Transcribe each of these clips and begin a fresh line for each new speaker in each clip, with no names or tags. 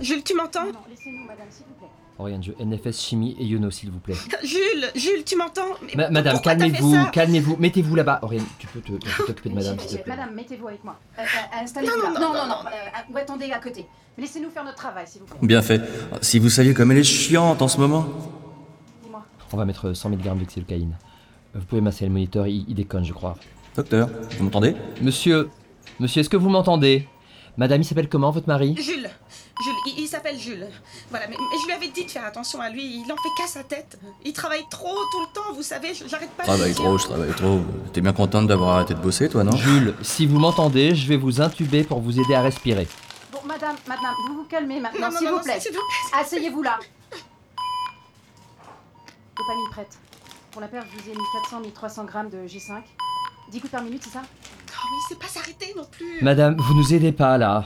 Jules, tu m'entends
Non, laissez-nous, madame, s'il vous plaît.
Oriane, je NFS chimie et Yono, s'il vous plaît.
Jules, Jules, tu m'entends Mais
Ma- madame,
pourquoi t'as fait
calmez-vous,
ça
calmez-vous, mettez-vous là-bas. Oriane, tu peux te- tu peux t'occuper de
Monsieur,
madame, s'il te
monsieur,
plaît.
Madame, mettez-vous avec moi. Euh, euh, installez-vous
Non,
là.
non, non,
non,
non,
non, euh, euh, ou attendez à côté. Laissez-nous faire notre travail, s'il vous plaît.
Bien fait. Si vous saviez comme elle est chiante en ce moment.
Dis-moi.
On va mettre 100 mg d'oxylocaïne. Euh, Vous pouvez masser le moniteur, il, il déconne, je crois.
Docteur, vous m'entendez
Monsieur, monsieur, est-ce que vous m'entendez Madame, il s'appelle comment votre mari
Jules, Jules, il, il s'appelle Jules. Voilà, mais, mais je lui avais dit de faire attention à lui, il en fait qu'à sa tête. Il travaille trop tout le temps, vous savez, je- j'arrête pas de
Travaille
le dire.
trop, je travaille trop. T'es bien contente d'avoir arrêté de bosser, toi, non
Jules, si vous m'entendez, je vais vous intuber pour vous aider à respirer.
Bon, madame, madame, vous vous calmez
Non,
maintenant,
non,
s'il
non,
vous
non,
plaît.
s'il vous plaît.
Asseyez-vous là. Le panier prête. Pour la paire, je vous ai mis 400 300 grammes de G5. 10 coups par minute, c'est ça
Oh, mais il sait pas s'arrêter non plus.
Madame, vous nous aidez pas là.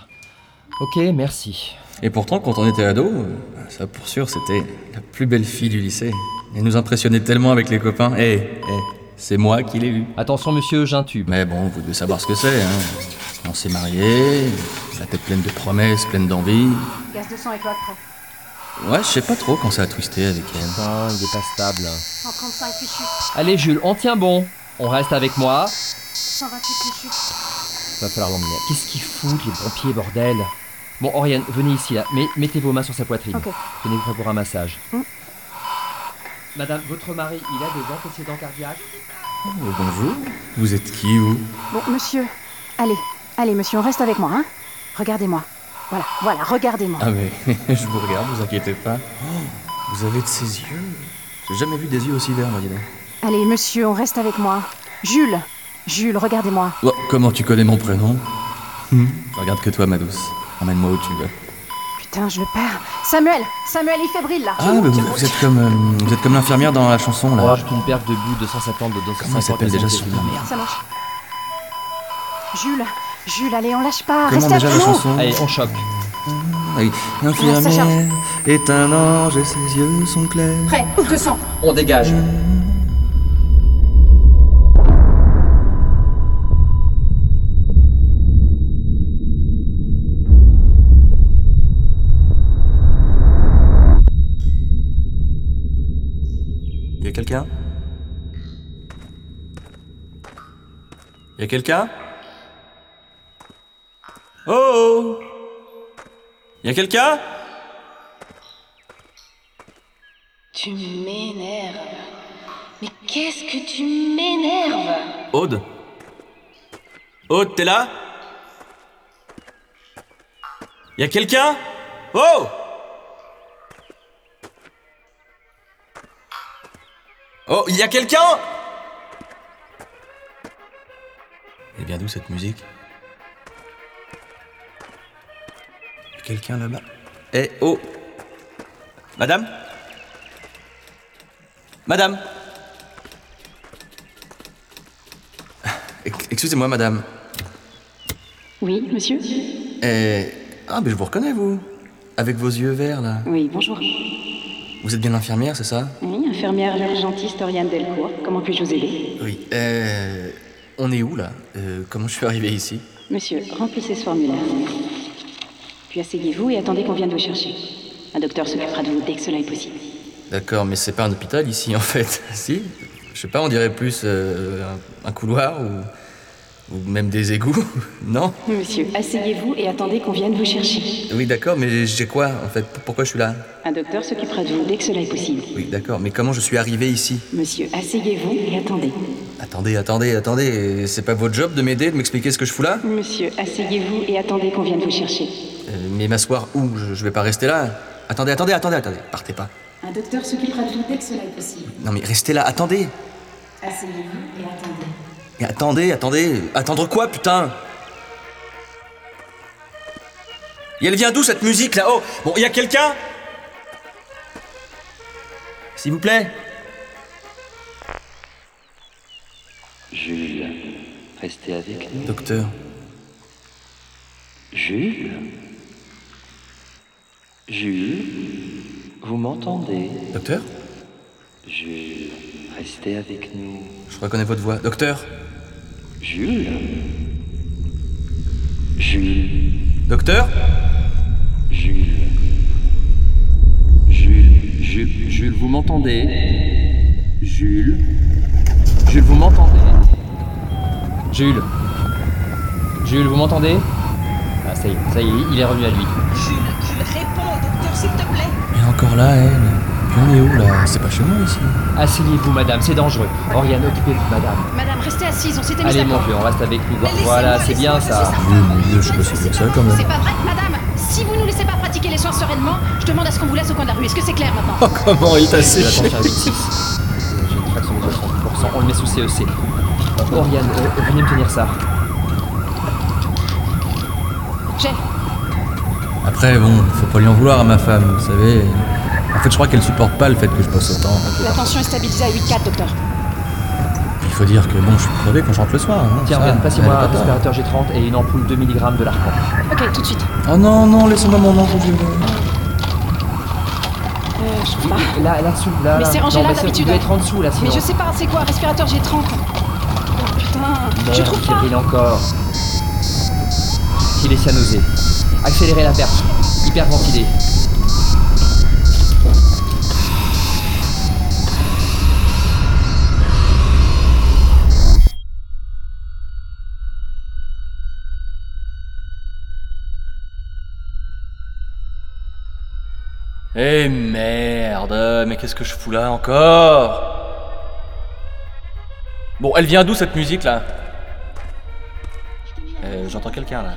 Ok, merci.
Et pourtant, quand on était ado, euh, ça pour sûr, c'était la plus belle fille du lycée. Elle nous impressionnait tellement avec les copains. Hé, hé, c'est moi qui l'ai vue.
Attention monsieur, j'intube.
Mais bon, vous devez savoir ce que c'est. Hein. On s'est mariés, la tête pleine de promesses, pleine d'envie.
Gaz de sang et cloître prêt.
Ouais, je sais pas trop quand ça a twisté avec elle.
Putain, il est pas stable.
135 fichus.
Allez Jules, on tient bon. On reste avec moi.
128 fichus.
Va falloir l'emmener. Qu'est-ce qu'ils foutent les pompiers, bordel Bon, Oriane, venez ici là. Mais mettez vos mains sur sa poitrine.
Ok.
Tenez-vous prêt pour un massage.
Mm.
Madame, votre mari, il a des antécédents cardiaques
Oh, bonjour. Vous êtes qui, vous
Bon, monsieur, allez, allez, monsieur, on reste avec moi, hein Regardez-moi. Voilà, voilà, regardez-moi.
Ah mais je vous regarde, vous inquiétez pas. vous avez de ces yeux. J'ai jamais vu des yeux aussi verts, moi dis donc.
Allez, monsieur, on reste avec moi. Jules, Jules, regardez-moi.
Oh, comment tu connais mon prénom Hmm, Regarde que toi, ma douce. Emmène-moi où tu veux.
Putain, je le perds. Samuel, Samuel, il fait brille, là.
Ah, mais vous, vous êtes comme euh, vous êtes comme l'infirmière dans la chanson
On
là.
rajoute une perte de but de 150 de 250.
Comment il s'appelle déjà ce
Merde.
merde
Ça marche. Jules, Jules, allez, on lâche pas.
Comment
Reste
déjà
avec
la
nous.
chanson
Allez, on choque.
Ah oui.
ça charge.
L'infirmière est un ange et ses yeux sont clairs.
Prêt, 200.
On dégage.
Y a quelqu'un Y a quelqu'un Oh Y a quelqu'un
Tu m'énerves. Mais qu'est-ce que tu m'énerves
Aude Aude, t'es là Y a quelqu'un Oh Oh, y a quelqu'un Et bien d'où cette musique Y a Quelqu'un là-bas Eh oh Madame Madame Ex- Excusez-moi, madame.
Oui, monsieur
Eh. Ah, mais je vous reconnais, vous. Avec vos yeux verts, là.
Oui, bonjour.
Vous êtes bien l'infirmière, c'est ça
Oui, infirmière urgentiste Oriane Delcourt. Comment puis-je vous aider
Oui. Euh. On est où, là Euh, Comment je suis arrivé ici
Monsieur, remplissez ce formulaire. Puis asseyez-vous et attendez qu'on vienne vous chercher. Un docteur s'occupera de vous dès que cela est possible.
D'accord, mais c'est pas un hôpital ici, en fait. si Je sais pas, on dirait plus euh, un, un couloir ou. ou même des égouts. non
Monsieur, asseyez-vous et attendez qu'on vienne vous chercher.
Oui, d'accord, mais j'ai quoi, en fait Pourquoi je suis là
Un docteur s'occupera de vous dès que cela est possible.
Oui, d'accord, mais comment je suis arrivé ici
Monsieur, asseyez-vous et attendez.
Attendez, attendez, attendez. C'est pas votre job de m'aider, de m'expliquer ce que je fous là
Monsieur, asseyez-vous et attendez qu'on vienne vous chercher.
Euh, mais m'asseoir où je, je vais pas rester là. Attendez, attendez, attendez, attendez. Partez pas.
Un docteur s'occupera de vous dès que cela est possible.
Non mais restez là, attendez.
Asseyez-vous et attendez.
Et attendez, attendez. Attendre quoi, putain Et elle vient d'où cette musique là-haut Bon, y a quelqu'un S'il vous plaît
Jules, restez avec nous.
Docteur.
Jules Jules Vous m'entendez
Docteur
Jules, restez avec nous.
Je reconnais votre voix. Docteur
Jules Jules
Docteur
Jules
m'entendez Jules Jules, vous m'entendez Jules Jules, vous m'entendez Ah, ça y est, ça y est, il est revenu à lui.
Jules, Jules, réponds au Oh, docteur, s'il te plaît.
Et encore là, elle. Puis on est où là C'est pas chez moi ici.
Asseyez-vous, madame, c'est dangereux. Oriane, occupez-vous, madame.
Madame, restez assise, on s'était mis
Allez, mon
d'accord.
vieux, on reste avec nous.
Mais laissez-moi,
Voilà, c'est bien
laissez-moi,
ça.
c'est ça.
Oui, mon Dieu, je sais pas si c'est ça quand même.
C'est pas vrai, madame Si vous nous laissez pas pratiquer les soins sereinement, je demande à ce qu'on vous laisse au coin de la rue. Est-ce que c'est clair maintenant
Oh, comment il
J'ai
t'a
la
séché
tension à 26. Euh, J'ai une fraction de 30%. On le met sous CEC. Euh, Oriane, euh, venez me tenir ça.
J'ai.
Après, bon, faut pas lui en vouloir à ma femme, vous savez. En fait, je crois qu'elle supporte pas le fait que je bosse autant.
La tension est stabilisée à 8,4, docteur.
Il faut dire que bon, je suis crevé quand je rentre le soir. hein,
Tiens,
ça,
Oriane, passez-moi
elle a
un
pas tort.
respirateur G30 et une ampoule 2 mg de l'arcan.
Ok, tout de suite.
Oh non, non, laissez-moi mon ange Dieu.
Euh, je peux pas.
Ah, Là, là-dessous, là.
Mais c'est rangé
Non,
là,
c'est-
d'habitude.
Il doit être en dessous, là, sinon.
Mais je sais pas, c'est quoi, respirateur, j'ai 30. Oh putain, je
Merde,
trouve pas.
Gabriel encore. Il est cyanosé. Accélérez la perte. Hyperventilé.
Eh merde, mais qu'est-ce que je fous là encore Bon, elle vient d'où cette musique là Euh, J'entends quelqu'un là.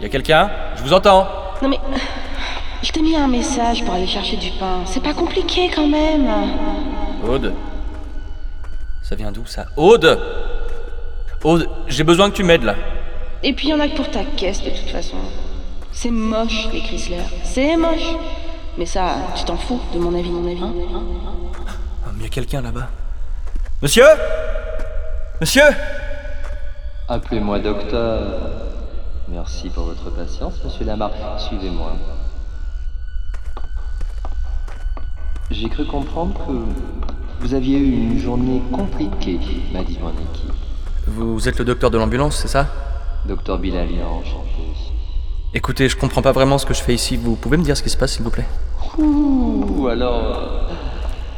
Y a quelqu'un Je vous entends
Non mais. Je t'ai mis un message pour aller chercher du pain. C'est pas compliqué quand même.
Aude Ça vient d'où ça Aude Aude, j'ai besoin que tu m'aides là.
Et puis il y en a que pour ta caisse de toute façon. C'est moche les Chrysler. C'est moche. Mais ça, tu t'en fous de mon avis, mon avis. hein
Ah, mais y a quelqu'un là-bas. Monsieur Monsieur
Appelez-moi docteur. Merci pour votre patience, monsieur Lamarck. Suivez-moi. J'ai cru comprendre que vous aviez eu une journée compliquée, m'a dit mon équipe.
Vous êtes le docteur de l'ambulance, c'est ça
Docteur Bilalian, enchanté.
Écoutez, je comprends pas vraiment ce que je fais ici. Vous pouvez me dire ce qui se passe, s'il vous plaît
Ou alors,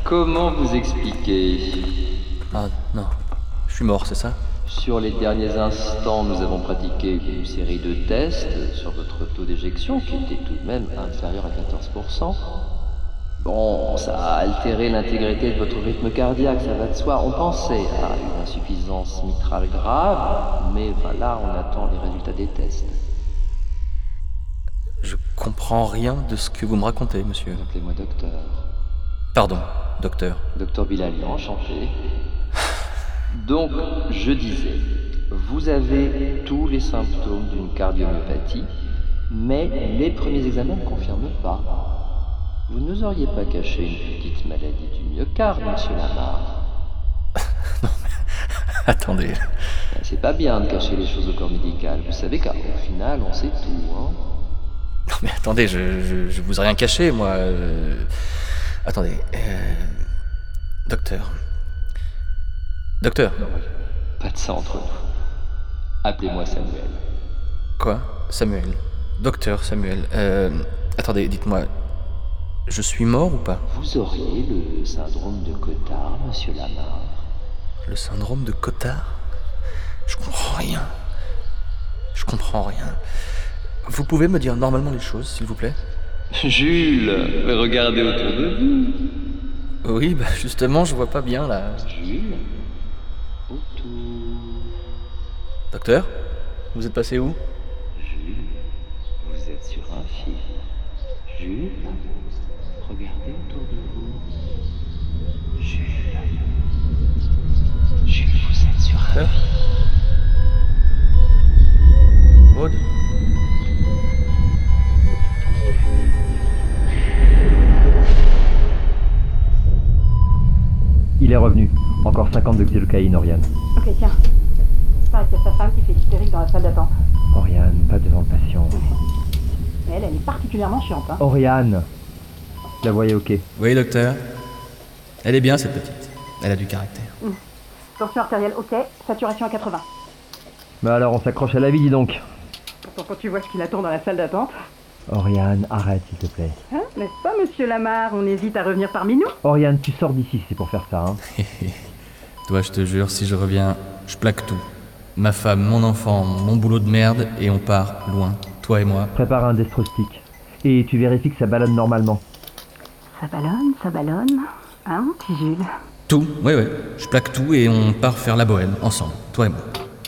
comment vous expliquer
Ah non. Je suis mort, c'est ça
Sur les derniers instants, nous avons pratiqué une série de tests sur votre taux d'éjection qui était tout de même inférieur à 14%. Bon, ça a altéré l'intégrité de votre rythme cardiaque, ça va de soi. On pensait à une insuffisance mitrale grave, mais voilà, on attend les résultats des tests.
Je comprends rien de ce que vous me racontez, monsieur.
Appelez-moi docteur.
Pardon, docteur.
Docteur Bilali, enchanté. Donc, je disais, vous avez tous les symptômes d'une cardiomyopathie, mais les premiers examens ne confirment pas. Vous nous auriez pas caché une petite maladie du myocarde, monsieur Lamarre.
Attendez.
Ben, C'est pas bien de cacher les choses au corps médical. Vous savez qu'au final, on sait tout, hein.
Non mais attendez, je, je, je vous ai rien caché, moi. euh, Attendez. euh, Docteur. Docteur.
Pas de ça entre nous. Appelez-moi Samuel.
Quoi Samuel. Docteur Samuel. Euh, attendez, dites-moi. Je suis mort ou pas
Vous auriez le syndrome de Cotard, monsieur Lamarre.
Le syndrome de Cotard Je comprends rien. Je comprends rien. Vous pouvez me dire normalement les choses, s'il vous plaît
Jules, mais regardez autour de vous.
Oui, bah justement, je vois pas bien là.
Jules, autour.
Docteur Vous êtes passé où
Jules, vous êtes sur un fil. Jules, regardez autour de vous. Jules, Jules, vous êtes sur un
Docteur Maud
Il est revenu. Encore 50 de xylocaïne, Oriane.
Ok, tiens. Il paraît qu'il y a sa femme qui fait l'hystérique dans la salle d'attente.
Oriane, pas devant le patient.
Mais elle, elle est particulièrement chiante. Hein.
Oriane La voyez, ok.
Oui, docteur. Elle est bien, cette petite. Elle a du caractère.
Tension artérielle, ok. Saturation à 80.
Bah alors, on s'accroche à la vie, dis donc.
Pourtant, quand tu vois ce qu'il attend dans la salle d'attente,
Oriane, arrête s'il te plaît.
Hein, n'est-ce pas, monsieur Lamar On hésite à revenir parmi nous
Oriane, tu sors d'ici, c'est pour faire ça. Hein.
Toi, je te jure, si je reviens, je plaque tout. Ma femme, mon enfant, mon boulot de merde, et on part loin, toi et moi.
Prépare un destrostick. Et tu vérifies que ça ballonne normalement.
Ça ballonne, ça ballonne. Hein, petit Jules
Tout, ouais, ouais. Je plaque tout et on part faire la bohème, ensemble, toi et moi.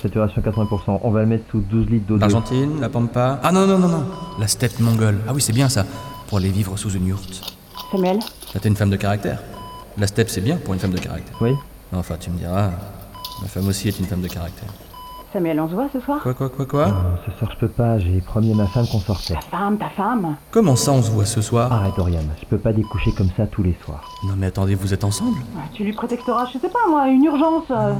Saturation 80%, on va le mettre sous 12 litres d'eau. de-
L'Argentine, la Pampa. Ah non, non, non, non. La steppe mongole. Ah oui, c'est bien ça. Pour aller vivre sous une yourte.
Samuel
Là, t'es une femme de caractère. La steppe, c'est bien pour une femme de caractère.
Oui
Enfin, tu me diras, ma femme aussi est une femme de caractère.
Samuel, on se voit ce soir
Quoi, quoi, quoi, quoi
Euh, Ce soir, je peux pas, j'ai promis à ma femme qu'on sortait.
Femme, ta femme
Comment ça, on se voit ce soir
Arrête, Oriane, je peux pas découcher comme ça tous les soirs.
Ah. Non, mais attendez, vous êtes ensemble
Ouais, Tu lui prétexteras, je sais pas moi, une urgence. euh.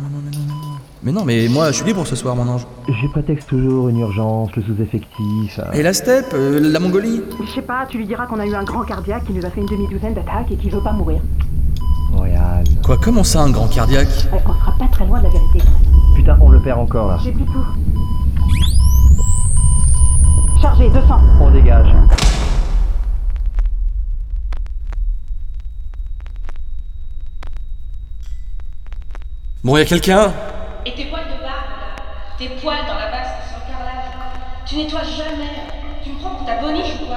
Mais non, mais moi, je suis libre ce soir, mon ange.
Je prétexte toujours une urgence, le sous-effectif. euh,
Et la steppe, euh, la Mongolie
Je sais pas, tu lui diras qu'on a eu un grand cardiaque qui nous a fait une demi-douzaine d'attaques et qui veut pas mourir.
Oriane.
Quoi, comment ça, un grand cardiaque
Ouais, on sera pas très loin de la vérité.
Putain, on le perd encore là.
J'ai plus tout. Chargé, 200.
On dégage.
Bon, y a quelqu'un
Et tes poils de barbe, tes poils dans la basse sans carrelage, tu nettoies jamais. Tu me prends pour ta boniche ou quoi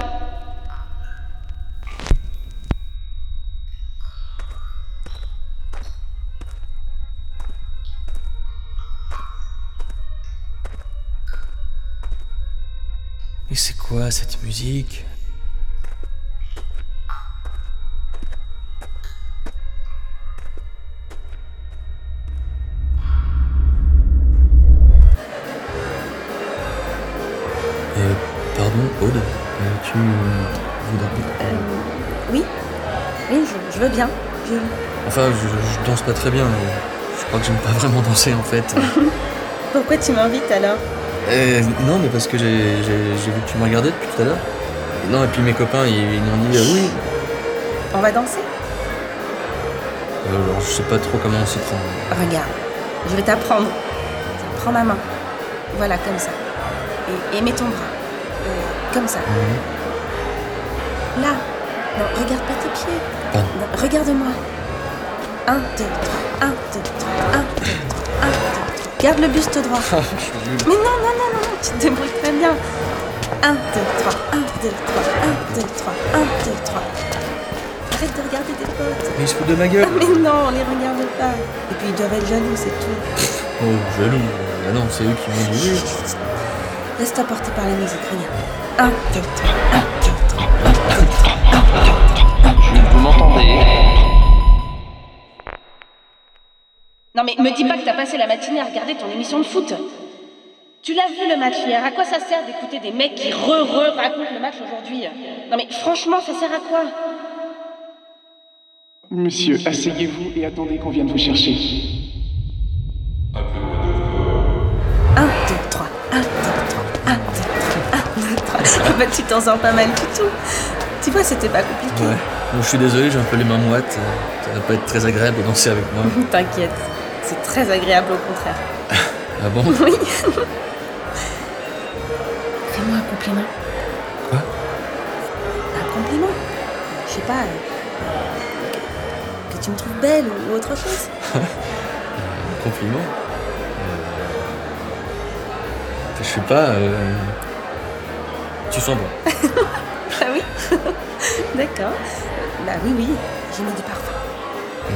Et c'est quoi cette musique Euh, pardon, Aude, euh, tu voudrais...
Euh, Oui Oui, je, je veux bien. Je-
Enfin, je, je danse pas très bien, mais je crois que j'aime pas vraiment danser en fait.
Pourquoi tu m'invites alors
Euh, non, mais parce que j'ai j'ai- j'ai vu que tu me regardais depuis tout à l'heure. Et Non, et puis mes copains, ils, ils m'ont dit euh, oui.
On va danser
Euh, alors, je sais pas trop comment on s'y prend.
Regarde, je vais t'apprendre. Prends ma main. Voilà, comme ça. Et, et mets ton bras. Euh, comme ça. Là. Non, regarde pas tes pieds.
Pardon.
Non, Regarde-moi. Un, deux, trois. Un, deux, trois. Un, deux, trois. Un, deux, trois. Garde le buste droit. Mais non, non, non, non, non, tu te débrouilles très bien. 1, 2, 3, 1, 2, 3, 1, 2, 3, 1, 2 3. Arrête de regarder tes potes.
Mais ils se foutent de ma
Ah,
gueule
mais non, on les regarde pas. Et puis ils doivent être jaloux, c'est tout.
Oh, jaloux. Ah non, c'est eux qui m'ont dit oui.
Laisse-toi porter par la musique, regarde. 1, 2, 3.
Jules, vous m'entendez
Non mais me dis pas que t'as passé la matinée à regarder ton émission de foot. Tu l'as vu le match hier, à quoi ça sert d'écouter des mecs qui re-re racontent le match aujourd'hui Non mais franchement, ça sert à quoi
Monsieur, asseyez-vous et attendez qu'on vienne vous chercher.
1, 2, 3. 1, 2, 3. 1, 2, 3. 1, 2, 3. Ah bah, tu t'en sors pas mal du tout. Tu vois, c'était pas compliqué.
Ouais. Bon, je suis désolé, j'ai un peu les mains moites. Euh, Ça va pas être très agréable de danser avec moi.
T'inquiète, c'est très agréable au contraire.
Ah bon
Oui. Fais-moi un compliment.
Quoi
Un compliment Je sais pas. euh, que- que tu me trouves belle ou autre chose.
Compliment. Euh, Je sais pas. euh, Tu sens bon.
Ah oui D'accord. Bah oui, oui, j'ai mis du parfum.
Euh,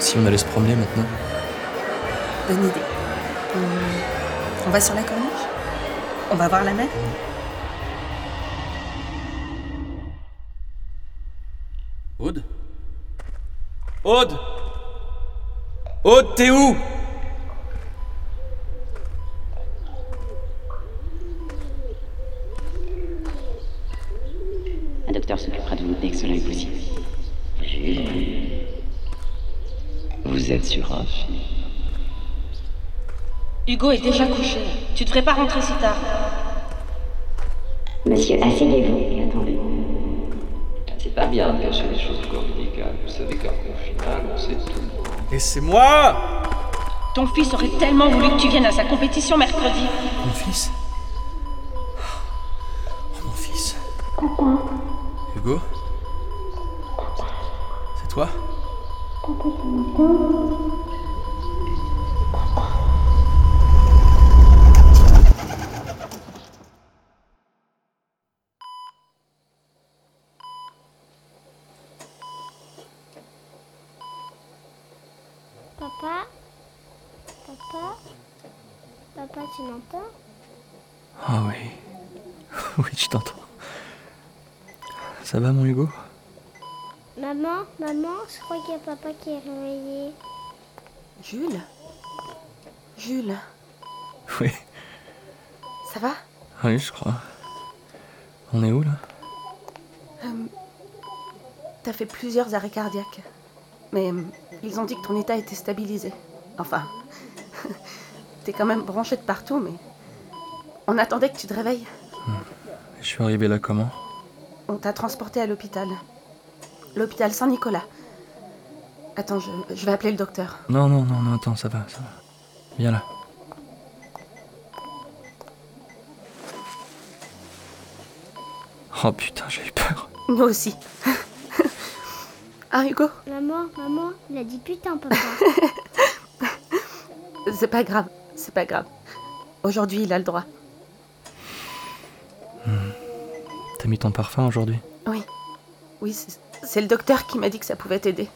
Si on allait se promener maintenant.
Bonne idée. Hum, On va sur la corniche On va voir la mer
Aude Aude Aude, t'es où
Un docteur s'occupera de vous dès que cela est possible.
Vous êtes sur un fil.
Hugo est déjà couché. Tu devrais pas rentrer si tard.
C'est pas bien de cacher les choses au corps médical. Vous savez qu'en final, on sait tout.
Et c'est moi
Ton fils aurait tellement voulu que tu viennes à sa compétition mercredi.
Oh, Mon fils Hugo C'est toi
Papa Papa Papa, tu m'entends
Ah oui. oui, je t'entends. Ça va mon Hugo
Maman, maman, je crois qu'il y a papa qui est réveillé.
Jules Jules,
Oui,
ça va
oui, je crois. On est où là
Euh, T'as fait plusieurs arrêts cardiaques. Mais euh, ils ont dit que ton état était stabilisé. Enfin, t'es quand même branché de partout, mais on attendait que tu te réveilles.
Je suis arrivé là comment
On t'a transporté à l'hôpital. L'hôpital Saint-Nicolas. Attends, je, je vais appeler le docteur.
Non, non, non, non, attends, ça va, ça va. Viens là. Oh putain, j'ai eu peur.
Nous aussi. ah, Hugo,
Maman, maman, il a dit putain, papa.
c'est pas grave, c'est pas grave. Aujourd'hui, il a le droit.
T'as mis ton parfum aujourd'hui
Oui. Oui, c'est- c'est le docteur qui m'a dit que ça pouvait t'aider.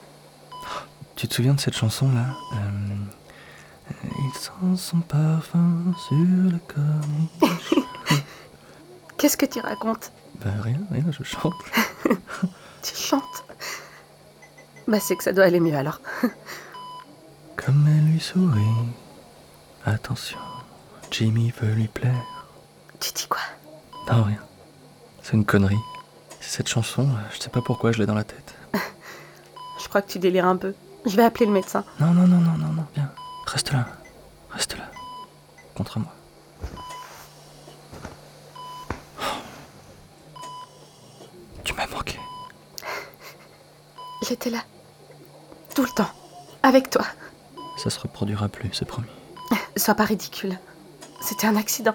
Tu te souviens de cette chanson là Euh, Il sent son parfum sur le corps.
Qu'est-ce que tu racontes
ben rien, rien, je chante.
Tu chantes Bah, c'est que ça doit aller mieux alors.
Comme elle lui sourit. Attention, Jimmy veut lui plaire.
Tu dis quoi
Non, rien. C'est une connerie. C'est cette chanson, euh, je sais pas pourquoi je l'ai dans la tête.
Je crois que tu délires un peu. Je vais appeler le médecin.
Non, non, non, non, non, non, viens. Reste là. Reste là. Contre moi. Oh. Tu m'as manqué.
J'étais là. Tout le temps. Avec toi.
Ça se reproduira plus, c'est promis.
Sois pas ridicule. C'était un accident.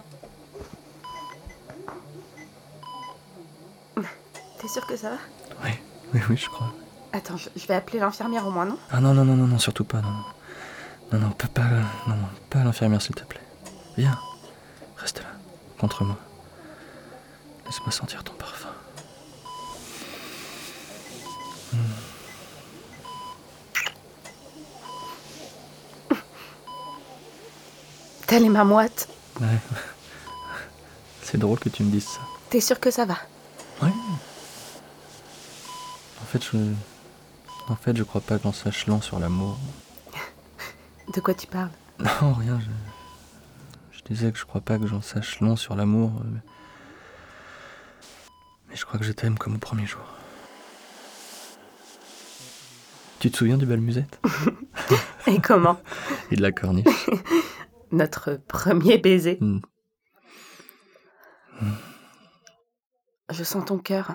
T'es sûr que ça va
Oui, oui, oui, je crois.
Attends, je, je vais appeler l'infirmière au moins, non
Ah non, non, non, non, non, surtout pas, non. Non, non, peut pas, euh, non, non, pas à l'infirmière, s'il te plaît. Viens, reste là, contre moi. Laisse-moi sentir ton parfum. Hmm.
T'as les mains moites.
Ouais. C'est drôle que tu me dises ça.
T'es sûr que ça va
Ouais. En fait, je. En fait, je crois pas que j'en sache long sur l'amour.
De quoi tu parles
Non, rien, je. Je disais que je crois pas que j'en sache long sur l'amour. euh, Mais... mais je crois que je t'aime comme au premier jour. Tu te souviens du bal musette
Et comment
Et de la corniche
Notre premier baiser. Hmm.
Mm.
Je sens ton cœur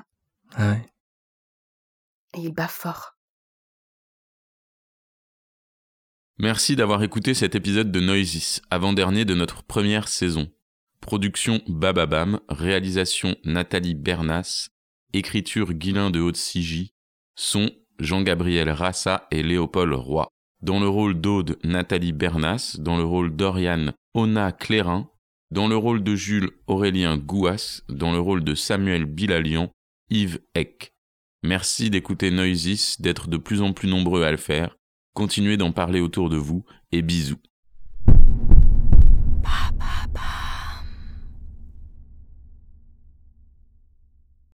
Ah ouais.
et il bat fort.
Merci d'avoir écouté cet épisode de Noises, avant-dernier de notre première saison. Production Bababam, réalisation Nathalie Bernas, écriture Guilain de Haute-Sigy, son Jean-Gabriel Rassa et Léopold Roy. Dans le rôle d'Aude, Nathalie Bernas, dans le rôle d'Oriane, Ona Clérin, dans le rôle de Jules, Aurélien Gouas, dans le rôle de Samuel Bilalian, Yves Eck. Merci d'écouter Noisis, d'être de plus en plus nombreux à le faire. Continuez d'en parler autour de vous et bisous.